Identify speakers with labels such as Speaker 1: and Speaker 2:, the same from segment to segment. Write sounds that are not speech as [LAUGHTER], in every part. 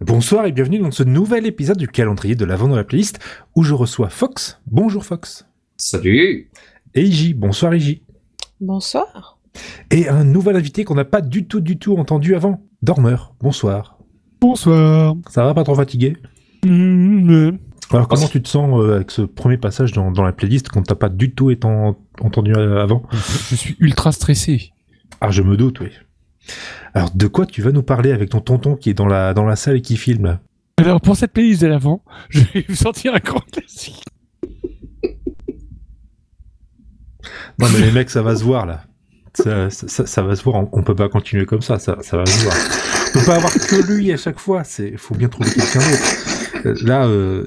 Speaker 1: Bonsoir et bienvenue dans ce nouvel épisode du calendrier de l'avant dans la playlist où je reçois Fox. Bonjour Fox.
Speaker 2: Salut
Speaker 1: Et Iji. Bonsoir Iji.
Speaker 3: Bonsoir.
Speaker 1: Et un nouvel invité qu'on n'a pas du tout du tout entendu avant. Dormeur. Bonsoir.
Speaker 4: Bonsoir.
Speaker 1: Ça va pas trop fatigué
Speaker 4: Mmh, ouais.
Speaker 1: Alors comment tu te sens euh, avec ce premier passage dans, dans la playlist qu'on t'a pas du tout étant- entendu euh, avant
Speaker 4: Je suis ultra stressé.
Speaker 1: Ah je me doute oui. Alors de quoi tu vas nous parler avec ton tonton qui est dans la, dans la salle et qui filme là
Speaker 4: Alors pour cette playlist de l'avant, [LAUGHS] je vais vous sortir un grand classique.
Speaker 1: Non mais les mecs, ça va se voir là. Ça, ça- ça- ça va se voir. On, on peut pas continuer comme ça. Ça, ça va se voir. On peut pas avoir que lui à chaque fois. C'est faut bien trouver quelqu'un d'autre. Euh, Là, euh,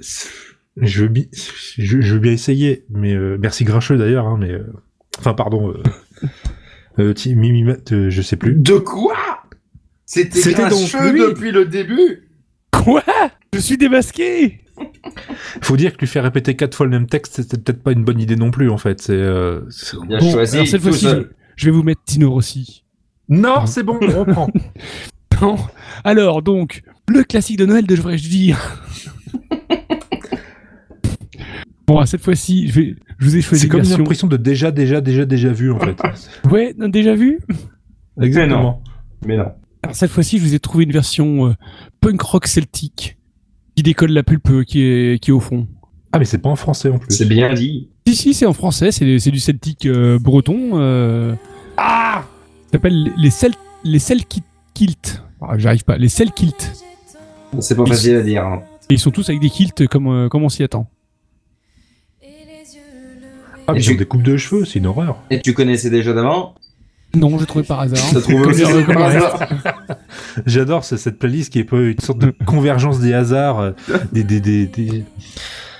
Speaker 1: je, veux bi- je, je veux bien essayer, mais euh, merci Grincheux d'ailleurs. hein, mais euh, enfin, pardon. Euh, euh, Ti- Mimi, Mat- euh, je sais plus.
Speaker 2: De quoi C'était
Speaker 1: C'était donc
Speaker 2: grincheux
Speaker 1: lui.
Speaker 2: depuis le début
Speaker 4: Quoi Je suis démasqué
Speaker 1: Faut dire que lui faire répéter quatre fois le même texte, c'était peut-être pas une bonne idée non plus en fait. C'est euh, c'est-
Speaker 2: Bien
Speaker 4: Bon,
Speaker 2: choisi,
Speaker 4: alors cette
Speaker 2: tout
Speaker 4: fois-ci,
Speaker 2: seul.
Speaker 4: Je vais vous mettre Tino Rossi.
Speaker 1: non, c'est bon, on reprend.
Speaker 4: Non. Alors donc, le classique de Noël, devrais-je dire [LAUGHS] Bon, alors, cette fois-ci, je, vais... je vous ai choisi
Speaker 1: C'est comme
Speaker 4: une
Speaker 1: une
Speaker 4: version.
Speaker 1: impression de déjà, déjà, déjà, déjà vu en fait.
Speaker 4: Ouais, non, déjà vu
Speaker 1: Exactement.
Speaker 2: Mais non.
Speaker 4: Alors cette fois-ci, je vous ai trouvé une version euh, punk rock celtique qui décolle la pulpe euh, qui est, qui est au fond.
Speaker 1: Ah mais c'est pas en français en plus.
Speaker 2: C'est bien dit.
Speaker 4: Si, si, c'est en français, c'est c'est du celtique euh, breton. Euh,
Speaker 2: Ah
Speaker 4: ça s'appelle les Cel- les Celkilt. Ah, J'arrive pas, les Celkilt.
Speaker 2: C'est pas
Speaker 4: Il-
Speaker 2: facile à dire. hein.
Speaker 4: Et ils sont tous avec des kilts comme, euh, comme on s'y attend.
Speaker 1: Ah, mais
Speaker 2: Et
Speaker 1: ils ont
Speaker 2: tu-
Speaker 1: des coupes de cheveux, c'est une horreur.
Speaker 2: Et tu connaissais déjà d'avant
Speaker 4: Non, j'ai trouvé par hasard.
Speaker 2: T'as trouvé
Speaker 4: Comme
Speaker 2: aussi
Speaker 4: les-
Speaker 2: c'est
Speaker 4: comme
Speaker 2: par
Speaker 4: les-
Speaker 2: hasard.
Speaker 1: J'adore ce- cette playlist qui est peu- une sorte de [LAUGHS] convergence des hasards, euh, des, des, des, des-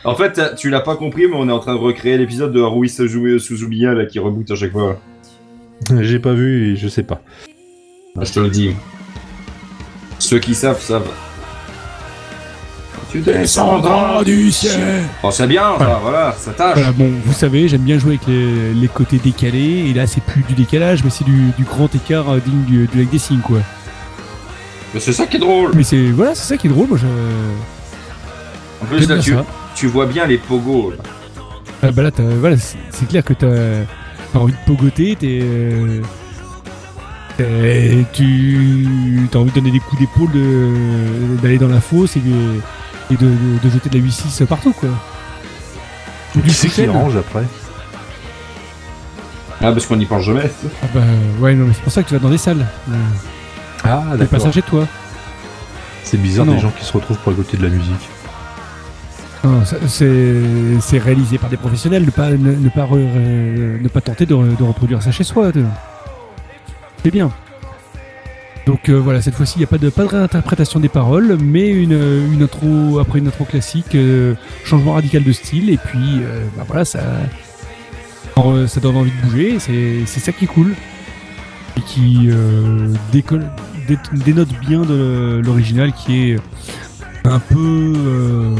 Speaker 2: En fait, t'as- tu l'as pas compris, mais on est en train de recréer l'épisode de Haruhi Suzumiya Suzumiya là, qui reboot à chaque fois.
Speaker 1: J'ai pas vu et je sais pas.
Speaker 2: Ah, je te le dis. Ceux qui savent, savent. Tu
Speaker 4: Descendant du ciel.
Speaker 2: Oh, c'est bien, ça, voilà, ça tâche.
Speaker 4: Voilà, bon, vous savez, j'aime bien jouer avec les, les côtés décalés. Et là, c'est plus du décalage, mais c'est du, du grand écart euh, digne du, du lac des signes, quoi.
Speaker 2: Mais c'est ça qui est drôle.
Speaker 4: Mais c'est voilà, c'est ça qui est drôle. Moi, je.
Speaker 2: En plus, là,
Speaker 4: j'aime bien
Speaker 2: tu,
Speaker 4: ça.
Speaker 2: tu vois bien les pogos. là.
Speaker 4: Ah bah là, t'as- voilà, c'est c'est clair que t'as t'as envie de pogoter, t'es. euh, t'es- Tu. T'as envie de donner des coups d'épaule, de- d'aller dans la fosse et de, et de, de- de jeter de la 8-6 partout, quoi. Ou du
Speaker 1: Qui c'est qui
Speaker 4: foutel.
Speaker 1: range après
Speaker 2: Ah, parce qu'on n'y pense jamais.
Speaker 4: Ah bah ouais, non, mais c'est pour ça que tu vas dans des salles. Euh,
Speaker 1: Ah
Speaker 4: T'es pas
Speaker 1: d'accord.
Speaker 4: ça chez toi.
Speaker 1: C'est bizarre
Speaker 4: Non.
Speaker 1: des gens qui se retrouvent pour écouter de la musique.
Speaker 4: Non, ça- c'est c'est réalisé par des professionnels, ne pas, ne, ne pas, re- re- ne pas tenter de, re- de reproduire ça chez soi. de- C'est bien. Donc euh, voilà, cette fois-ci, il n'y a pas de, pas de réinterprétation des paroles, mais une, euh, une intro après une intro classique, euh, changement radical de style, et puis euh, bah voilà, ça, alors, euh, ça donne envie de bouger, et c'est c'est ça qui est cool. Et qui euh, décolle, dé- dénote bien de l'original qui est un peu. euh,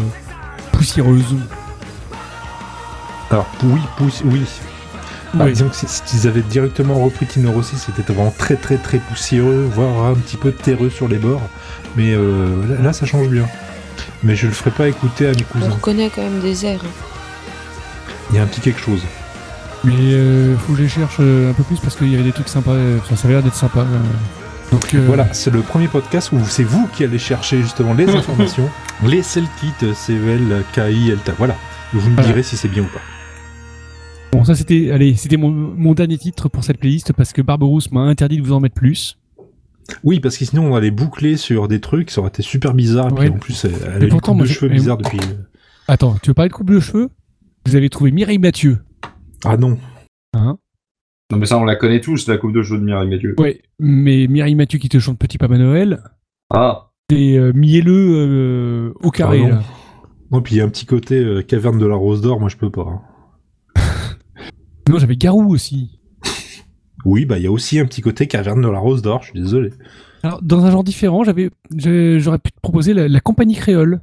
Speaker 4: poussiéreuse.
Speaker 1: Alors oui, pousse, oui. Par
Speaker 4: Oui.
Speaker 1: Disons que si- s'ils avaient directement repris Tino Rossi, c'était vraiment très très très poussiéreux, voire un petit peu terreux sur les bords. Mais euh, là, là, ça change bien. Mais je le ferai pas écouter à mes
Speaker 3: On
Speaker 1: cousins.
Speaker 3: reconnaît quand même des airs. hein.
Speaker 1: Il y a un petit quelque chose.
Speaker 4: Mais euh, faut que je les cherche euh, un peu plus parce qu'il y avait des trucs sympas. euh, Enfin, ça avait l'air d'être sympa. euh. Donc euh,
Speaker 1: Voilà, c'est le premier podcast où c'est vous qui allez chercher justement [LAUGHS] les informations, les Selkit, CEL, KI, ELTA, voilà. Vous me
Speaker 4: Voilà.
Speaker 1: direz si c'est bien ou pas.
Speaker 4: Bon, ça c'était, allez, c'était mon, mon dernier titre pour cette playlist parce que Barberousse m'a interdit de vous en mettre plus.
Speaker 1: Oui, parce que sinon on allait boucler sur des trucs, ça aurait été super bizarre, et
Speaker 4: Ouais.
Speaker 1: puis en plus elle elle a une
Speaker 4: pourtant,
Speaker 1: coupe
Speaker 4: moi,
Speaker 1: de
Speaker 4: je-
Speaker 1: cheveux
Speaker 4: mais-
Speaker 1: bizarre depuis... euh.
Speaker 4: Attends, tu veux parler de coupe de cheveux Vous avez trouvé Mireille Mathieu. hein
Speaker 1: Ah non,
Speaker 2: Non, mais ça, on la connaît tous, la coupe de cheveux de Mireille Mathieu.
Speaker 4: Ouais, mais Mireille Mathieu qui te chante Petit Papa Noël,
Speaker 2: Ah,
Speaker 4: c'est euh, mielleux euh, au carré.
Speaker 1: Ah non.
Speaker 4: là.
Speaker 1: non, puis il y a un petit côté euh, caverne de la rose d'or, moi je peux pas. hein.
Speaker 4: non, j'avais Garou aussi.
Speaker 1: Oui, bah il y a aussi un petit côté caverne de la rose d'or, je suis désolé.
Speaker 4: Alors, dans un genre différent, j'avais, je- j'aurais pu te proposer la, la compagnie créole.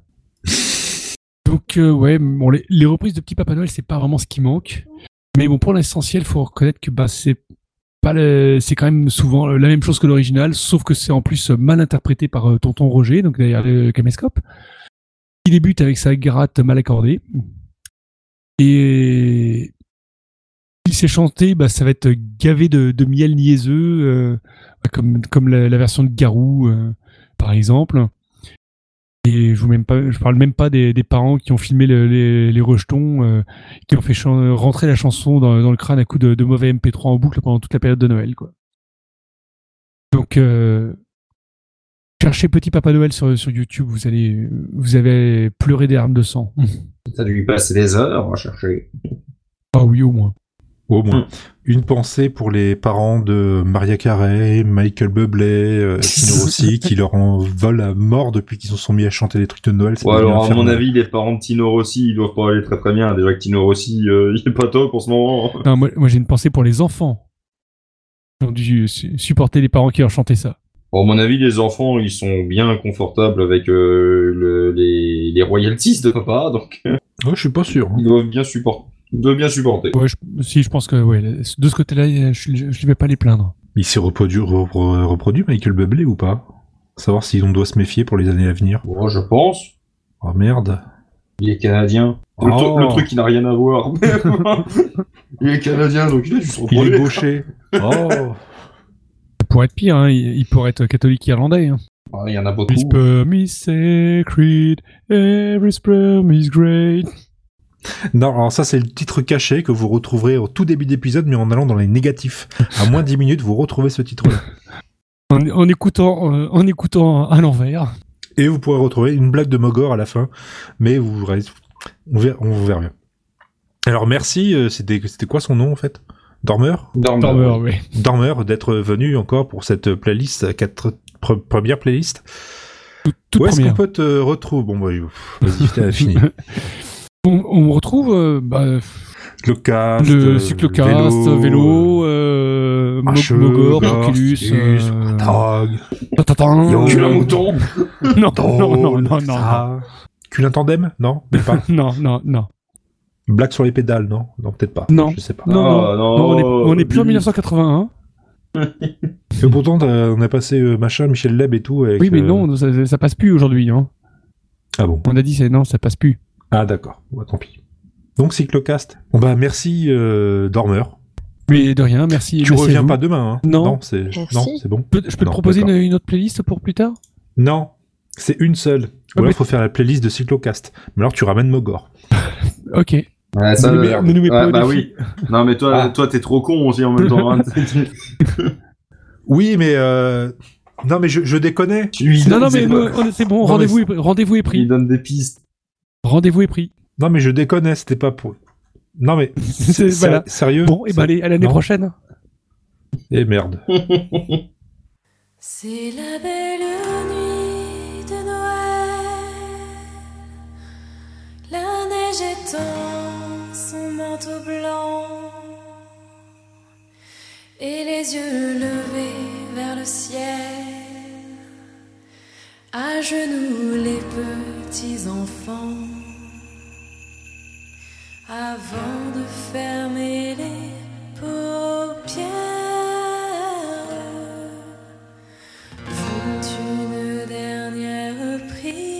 Speaker 4: Donc, euh, ouais, bon, les, les reprises de Petit Papa Noël, c'est pas vraiment ce qui manque. Mais bon, pour l'essentiel, faut reconnaître que bah, c'est pas le- c'est quand même souvent la même chose que l'original, sauf que c'est en plus mal interprété par euh, Tonton Roger, donc derrière le caméscope. Il débute avec sa gratte mal accordée. Et il s'est chanté, bah, ça va être gavé de, de miel niaiseux, euh, bah, comme, comme la, la version de Garou, euh, par exemple. Et je vous même pas, je parle même pas des, des parents qui ont filmé le- les, les rejetons, euh, qui ont fait chan- rentrer la chanson dans, dans le crâne à coup de, de mauvais MP3 en boucle pendant toute la période de Noël, quoi. Donc, euh, cherchez Petit Papa Noël sur, sur YouTube, vous allez, vous avez pleuré des larmes de sang. [LAUGHS]
Speaker 2: Ça lui passe des heures à chercher.
Speaker 4: Ah oui, au moins.
Speaker 1: Au moins.
Speaker 2: Mm.
Speaker 1: Une pensée pour les parents de Maria Carey, Michael Bublé,
Speaker 2: [LAUGHS]
Speaker 1: euh, Tino Rossi, qui leur en volent à mort depuis qu'ils se sont mis à chanter des trucs de Noël. c'est
Speaker 2: Ouais,
Speaker 1: devenu
Speaker 2: alors à mon
Speaker 1: infernal.
Speaker 2: avis, les parents de Tino Rossi, ils doivent pas aller très très bien. Déjà que Tino Rossi, euh, [LAUGHS] il est pas top en ce moment.
Speaker 4: Non, moi, moi, j'ai une pensée pour les enfants. Ils ont dû su- supporter les parents qui leur chantaient ça.
Speaker 2: Bon, à mon avis, les enfants, ils sont bien confortables avec euh, le- les, les royalties de papa, donc
Speaker 1: Ouais, je suis pas sûr. hein.
Speaker 2: ils doivent bien supporter. Ils doivent bien supporter.
Speaker 4: Ouais, je- si, je pense que ouais, de ce côté-là, je ne vais pas les plaindre.
Speaker 1: Il s'est reproduit, repro- reproduit Michael Bublé ou pas Savoir si on doit se méfier pour les années à venir.
Speaker 2: Bon, je pense.
Speaker 1: Oh merde.
Speaker 2: Il est canadien. Le,
Speaker 1: Oh.
Speaker 2: tru- le truc qui n'a rien à voir. il est canadien, donc il a dû se
Speaker 1: Il est
Speaker 2: reproduire. [LAUGHS]
Speaker 1: gaucher. Oh
Speaker 4: Pour être pire, hein, il, il pourrait être catholique irlandais. Hein.
Speaker 2: Ah, Il y en a
Speaker 1: Oh.
Speaker 4: Every
Speaker 2: beaucoup.
Speaker 4: sperm is sacred, every sperm is great.
Speaker 1: Non, alors ça c'est le titre caché que vous retrouverez au tout début d'épisode, mais en allant dans les négatifs. À moins de 10 minutes, vous retrouvez ce titre-là.
Speaker 4: En, en écoutant, euh, en écoutant à l'envers.
Speaker 1: Et vous pourrez retrouver une blague de Mogor à la fin, mais vous verrez- on, verra, on vous verra bien. Alors merci, euh, c'était c'était quoi son nom en fait Dormeur
Speaker 2: Dormer.
Speaker 4: Dormeur, ouais.
Speaker 1: Dormeur d'être venu encore pour cette playlist, euh, quatre, pre- première playlist.
Speaker 4: Toute
Speaker 1: Où est-ce qu'on
Speaker 4: première.
Speaker 1: peut te retrouver Bon bah pff, vas-y,
Speaker 4: [LAUGHS]
Speaker 1: t'as fini.
Speaker 4: On, on me retrouve euh, bah,
Speaker 1: Le cast,
Speaker 4: le
Speaker 1: euh,
Speaker 4: cyclocast, vélo,
Speaker 1: euh, E,
Speaker 4: euh, Mo-
Speaker 1: Hacheux,
Speaker 4: Mogor,
Speaker 1: Gorst,
Speaker 4: Oculus.
Speaker 1: Gus,
Speaker 4: euh,
Speaker 1: Tag,
Speaker 4: tatatin,
Speaker 1: E, Yo.
Speaker 2: Cul à
Speaker 4: euh,
Speaker 2: mouton.
Speaker 4: [LAUGHS] Non, [LAUGHS] non,
Speaker 1: Drôle,
Speaker 4: non, non,
Speaker 1: etc.
Speaker 4: non,
Speaker 1: Cul un tandem Non, mais
Speaker 4: [LAUGHS]
Speaker 1: pas.
Speaker 4: non, non, non.
Speaker 1: Blague sur les pédales, non Non, peut-être pas.
Speaker 4: Non.
Speaker 1: Je sais pas.
Speaker 4: Non,
Speaker 2: Ah, non,
Speaker 4: Non, on est-
Speaker 1: Oh,
Speaker 4: on est plus en
Speaker 2: oui.
Speaker 4: 1981.
Speaker 1: Et pourtant, t'as- on a passé euh, machin, Michel Leb et tout. avec,
Speaker 4: Oui, mais
Speaker 1: euh,
Speaker 4: non, ça, ça passe plus aujourd'hui. Hein.
Speaker 1: Ah bon
Speaker 4: On a dit, c'est non, ça passe plus.
Speaker 1: Ah d'accord. Bon, tant pis. Donc, Cyclocast. Bon bah, merci, euh, Dormeur.
Speaker 4: Mais de rien, merci.
Speaker 1: Tu
Speaker 4: merci à
Speaker 1: reviens
Speaker 4: vous.
Speaker 1: pas demain, hein
Speaker 4: Non.
Speaker 1: c'est
Speaker 3: Merci.
Speaker 1: non, c'est bon.
Speaker 4: Peut- je peux
Speaker 1: Non,
Speaker 4: te proposer une,
Speaker 1: d'accord.
Speaker 4: une autre playlist pour plus tard
Speaker 1: Non, c'est une seule.
Speaker 4: Ah,
Speaker 1: Ou alors,
Speaker 4: mais-
Speaker 1: faut faire la playlist de Cyclocast. Mais alors, tu ramènes Mogor.
Speaker 4: Ok.
Speaker 2: Ouais, ça,
Speaker 4: Ne nous
Speaker 2: le-
Speaker 4: mets- Euh, ne nous mets pas
Speaker 2: Ouais,
Speaker 4: au
Speaker 2: bah
Speaker 4: défi.
Speaker 2: oui. Non, mais toi,
Speaker 1: Ah.
Speaker 2: toi, t'es trop con aussi en même temps.
Speaker 4: [LAUGHS]
Speaker 2: hein. [LAUGHS]
Speaker 1: Oui, mais euh, non, mais je, je déconnais.
Speaker 2: tu lui
Speaker 4: Non, non,
Speaker 2: donnes
Speaker 4: mais
Speaker 2: des-
Speaker 4: nous, on- c'est bon,
Speaker 1: Non,
Speaker 4: rendez-vous est, rendez est
Speaker 2: tu lui
Speaker 4: pris.
Speaker 2: donnes des pistes.
Speaker 4: Rendez-vous est pris.
Speaker 1: Non, mais je déconnais. C'était pas pour. Non, mais
Speaker 4: [LAUGHS] C'est- voilà.
Speaker 1: sé- sérieux.
Speaker 4: Bon, et ben allez, à l'année
Speaker 1: Non.
Speaker 4: prochaine.
Speaker 1: Et merde.
Speaker 5: C'est la belle nuit de Noël. La neige étend son manteau blanc. Et les yeux levés vers le ciel. À genoux les petits enfants. Avant de fermer les paupières font une dernière prière.